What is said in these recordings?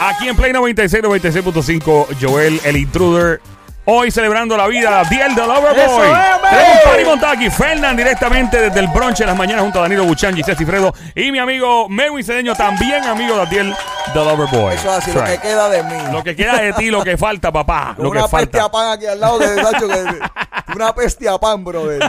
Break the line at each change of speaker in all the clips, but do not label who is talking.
Aquí en Play 96, 96.5, Joel, el intruder. Hoy celebrando la vida, Diel del Overboy. Tenemos Pari Montaki, Fernand directamente desde el brunch en las mañanas junto a Danilo Buchan, Gisés Cifredo y mi amigo Melwin Cedeño, también amigo de Diel del Overboy.
Eso es así, lo
Right.
que queda de mí.
Lo que queda de ti, lo que falta, papá. Lo
una
que
peste
falta.
a pan aquí al lado de Sacho. que- una peste a pan, brother.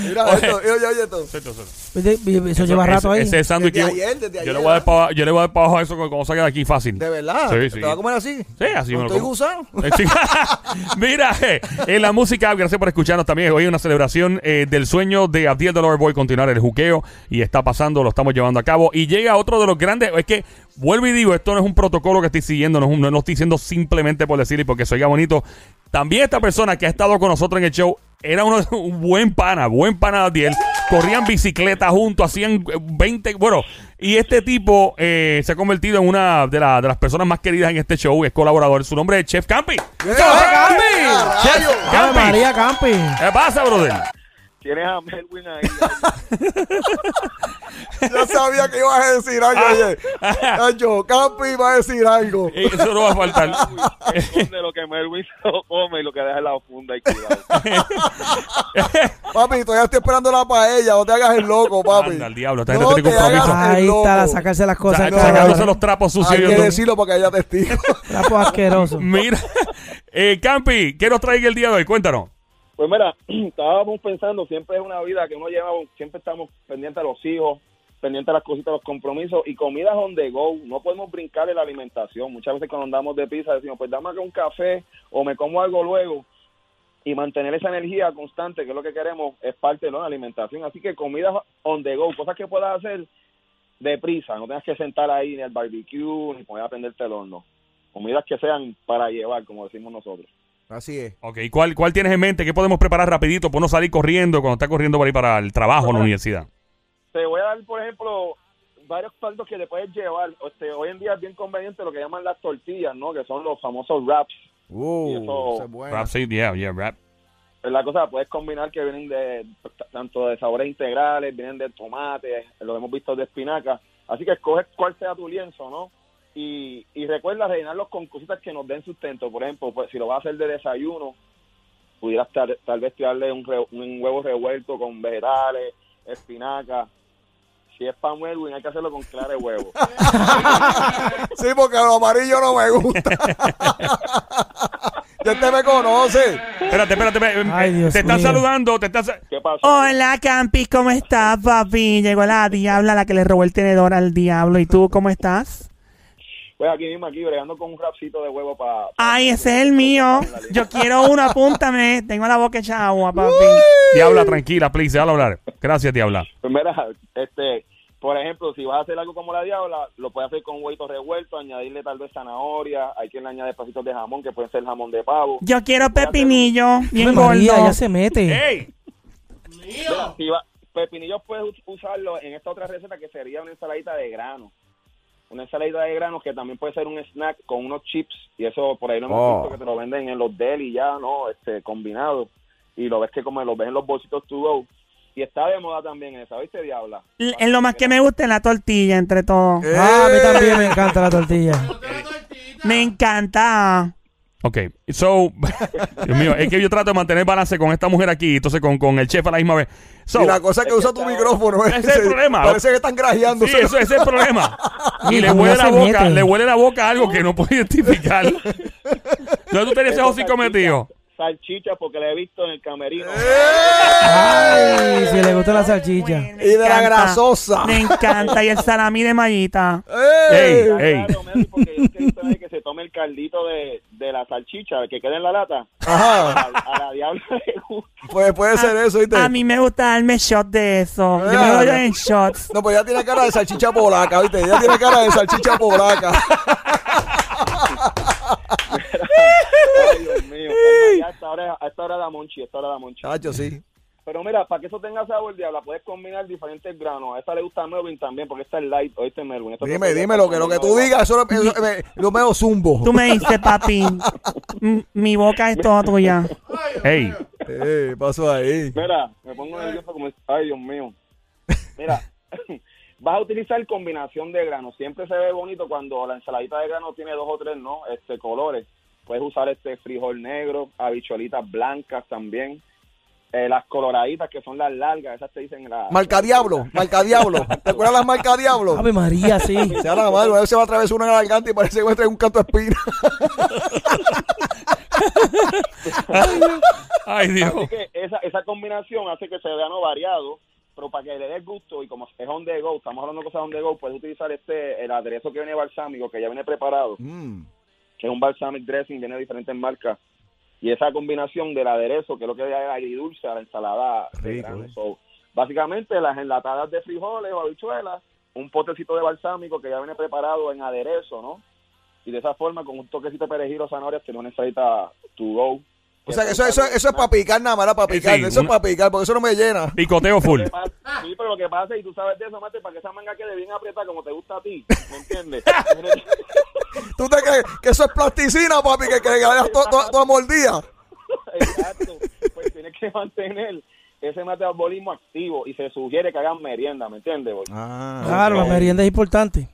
Mira
Oye.
esto, oye, oye esto.
Pues
Viste, vi- Eso lleva
Ese-
rato ahí.
Ese, sándwich
Desde
que-
ayer, desde
yo,
ayer,
le voy a dar
¿eh?
pa- yo le voy a dar para abajo a eso cu- cuando salga de aquí fácil.
De verdad.
Sí, sí.
¿Te vas a comer así?
Sí, así me lo
¿No estoy
como.
gusano?
Eh, sí. Mira, eh, en la música, gracias por escucharnos también. Hoy hay una celebración eh, del sueño de Abdiel Dolor Boy continuar el juqueo y está pasando, lo estamos llevando a cabo. Y llega otro de los grandes, es que vuelvo y digo, esto no es un protocolo que estoy siguiendo, no, es un- no lo estoy diciendo simplemente por decir y porque soy bonito. También esta persona que ha estado con nosotros en el show era uno, un buen pana, buen pana de Abdiel. Corrían bicicleta juntos, hacían eh, 20, bueno, y este tipo eh, se ha convertido en una de, la- de las personas más queridas en este show, es colaborador, su nombre es Chef Campi.
¡Ah, rayos!
Ah,
Campi.
María Campi.
¿Qué pasa, brother?
Tienes a Melwin ahí.
Yo sabía que ibas a decir algo,
Ah.
oye. Nacho, Campi iba a decir algo.
Eh, Eso no va a faltar.
de lo que Melwin se lo come y lo que deja en la funda y cuidado.
Papi, todavía estoy esperando la paella. No te hagas el loco, papi.
Anda, al diablo, esta gente
No
tiene
te
compromiso.
hagas el
Ahí
loco.
está, la sacarse las cosas.
Sa-
cara.
Sacándose los trapos
Hay
sucios. y
que
otro-
decirlo para que haya testigos.
Trapo asqueroso.
Mira, eh, Campi, ¿qué nos trae el día de hoy? Cuéntanos.
Pues mira, estábamos pensando, siempre es una vida que uno lleva, siempre estamos pendientes a los hijos, pendientes a las cositas, a los compromisos y comidas on the go. No podemos brincar en la alimentación. Muchas veces cuando andamos de pizza decimos, pues dame acá un café o me como algo luego. Y mantener esa energía constante, que es lo que queremos, es parte de ¿no? la alimentación. Así que comidas on the go, cosas que puedas hacer deprisa. No tengas que sentar ahí ni al barbecue, ni poner a prenderte el horno. Comidas que sean para llevar, como decimos nosotros.
Así es.
Ok, ¿cuál, ¿cuál tienes en mente? ¿Qué podemos preparar rapidito para no salir corriendo cuando está corriendo para ir para el trabajo o la universidad?
te voy a dar, por ejemplo, varios platos que le puedes llevar. O sea, hoy en día es bien conveniente lo que llaman las tortillas, ¿no? Que son los famosos wraps.
Uh,
Y eso-
eso es bueno.
Rap, sí, yeah, yeah, rap.
Es la cosa, puedes combinar que vienen de tanto de sabores integrales, vienen de tomate, lo hemos visto de espinaca. Así que escoge cuál sea tu lienzo, ¿no? Y, y recuerda rellenarlos con cositas que nos den sustento. Por ejemplo, pues, si lo vas a hacer de desayuno, pudieras tal, tal vez tirarle un, re- un huevo revuelto con vegetales, espinaca. Si es pan Melvin, hay que hacerlo con clara de huevo.
Sí, porque lo amarillo no me gusta. ya usted me conoce.
Espérate, espérate, espérate.
Ay, Dios
te están
mío.
saludando, te están sa-
¿Qué pasó?
Hola, Campi, ¿cómo estás, papi? Llegó la diabla, la que le robó el tenedor al diablo. ¿Y tú cómo estás?
Pues aquí mismo, aquí bregando con un rapcito de huevo para.
Ay, ese es el mío. Yo quiero uno, apúntame. Tengo la boca hecha agua, papi.
Diabla, tranquila, please, déjalo hablar. Gracias, Diabla.
Pues mira, este, por ejemplo, si vas a hacer algo como la diabla, lo puedes hacer con huevitos revueltos, añadirle tal vez zanahoria, hay quien le añade pedacitos de jamón, que puede ser jamón de pavo.
Yo quiero
Voy a hacer
pepinillo, bien
María,
gordo. Eh.
ya se mete.
¡Ey!
Mira, si va- pepinillos puedes us- usarlo en esta otra receta que sería una ensaladita de grano. Una ensaladita de granos que también puede ser un snack con unos chips y eso por ahí lo hemos
Oh.
visto que te lo venden en los deli ya, ¿no? Este, combinado. Y lo ves que como lo ves en los bolsitos to go. Y está de moda también esa, ¿viste, Diabla?
L- Es lo más que me gusta es la tortilla, entre todo.
Ah, a
Eh,
mí también me encanta la tortilla.
Me encanta.
Ok, so, Dios mío, es que yo trato de mantener balance con esta mujer aquí, entonces con, con el chef a la misma vez. So,
y la cosa es que usa tu micrófono.
Ese es el problema.
Parece que están
Sí,
grajeándose.
eso, ese es el problema. Y
Y
le
como
huele
no
la
se
boca,
meten.
le huele la boca a algo que no puede identificar. Entonces tú tenías ese
Eso,
hocico
salchicha.
metido.
Salchicha porque la he visto en el camerino.
¡Eh!
Ay, si le gusta la salchicha.
Me
y de la
encanta.
grasosa.
Me encanta. Y el salami de mallita.
¡Ey!
Ey.
Está claro, Mary, porque yo quiero saber que se tome el caldito de, de la salchicha que queda en la lata.
Ajá.
A, a la diabla le gusta.
Pues puede ser eso, ¿viste?
A mí me gusta darme shot de eso. Yo
Ah.
me doy en shots.
No, pues ya tiene cara de salchicha polaca, ¿viste? Ya tiene cara de salchicha polaca.
Ay, Dios mío. calma, Ya a esta hora, a esta hora da monchi, a esta hora da monchi.
Chacho, sí.
Pero mira, para que eso tenga sabor, diabla, puedes combinar diferentes granos. A esta le gusta a Melvin también porque esta es light. Oíste, Melvin. Esta
Dime,
te-
dime lo que, lo que tú digas, eso, lo- eso me, lo meo zumbo.
Tú me dices, papi, m- mi boca es toda tuya.
Ey,
Eh, pasó ahí.
Mira, me pongo nervioso como... Ay, Dios mío. Mira, Vas a utilizar combinación de granos. Siempre se ve bonito cuando la ensaladita de grano tiene dos o tres no, este colores. Puedes usar este frijol negro, habichuelitas blancas también. eh, las coloraditas que son las largas, esas te dicen la
Marca Diablo, Marca Diablo. ¿Te acuerdas las Marca Diablo?
Ah,
Ave María, sí.
Se va a la madre, a veces se va a atravesar una garganta y parece que va a traer un canto de espina.
Ay, Dios.
Así que esa, esa combinación hace que se vean variado, pero para que le des gusto y como es on the go, estamos hablando de cosas on the go, puedes utilizar este el aderezo que viene balsámico, que ya viene preparado,
Mm.
que es un balsamic dressing, viene de diferentes marcas. Y esa combinación del aderezo, que es lo que da el agridulce a la ensalada. de
Rico,
grano.
eh.
So, básicamente las enlatadas de frijoles o habichuelas, un potecito de balsámico que ya viene preparado en aderezo, ¿no? Y de esa forma, con un toquecito de perejil o zanahorias, tiene una ensalita to go.
O sea, que eso, eso, eso es para picar nada más, era para picar.
Sí,
eso
una-
es para picar, porque eso no me llena.
Picoteo full.
Lo que pasa- Sí, pero lo que pasa, y tú sabes de eso, Mate, para que esa manga quede bien apretada como te gusta a ti, ¿me entiendes?
¿Tú te crees que eso es plasticina, papi? Que, que le ganas to- to- toda mordida.
Exacto. Pues tienes que mantener ese metabolismo activo y se sugiere que hagan merienda, ¿me entiendes? boy?
Ah.
Claro, la merienda es importante.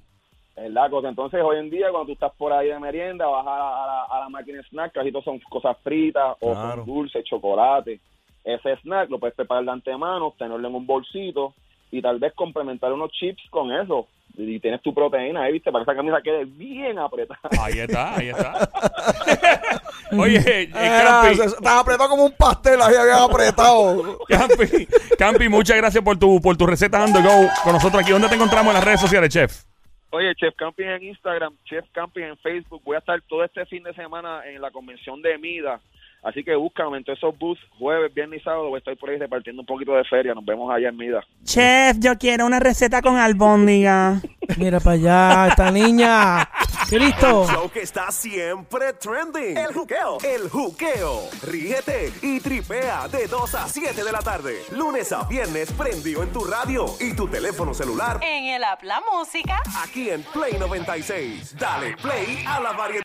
Es la cosa. Entonces, hoy en día, cuando tú estás por ahí de merienda, vas a la, a la, a la máquina de snack, casi todos son cosas fritas o
Claro.
son dulces, chocolate. Ese snack lo puedes preparar de antemano, tenerlo en un bolsito y tal vez complementar unos chips con eso. Y tienes tu proteína ahí, ¿viste? Para que esa camisa quede bien apretada.
Ahí está, ahí está. Oye, eh,
Ah,
Campi,
se- se- Estás apretado como un pastel, ahí habían apretado.
Campi, Campi, muchas gracias por tu, por tu receta on the go con nosotros aquí. ¿Dónde te encontramos en las redes sociales, chef?
Oye, Chef Camping en Instagram, Chef Camping en Facebook. Voy a estar todo este fin de semana en la convención de Mida. Así que búscame en todos esos bus, jueves, viernes y sábado. Voy a estar por ahí repartiendo un poquito de feria. Nos vemos allá en Mida.
Chef, yo quiero una receta con albóndiga.
Mira para allá, esta niña. ¿Qué listo?
Show que está siempre trending. El juqueo. El juqueo. Ríete y tripea de 2 a 7 de la tarde. Lunes a viernes prendido en tu radio y tu teléfono celular.
En el app La Música.
Aquí en Play 96. Dale play a la variedad.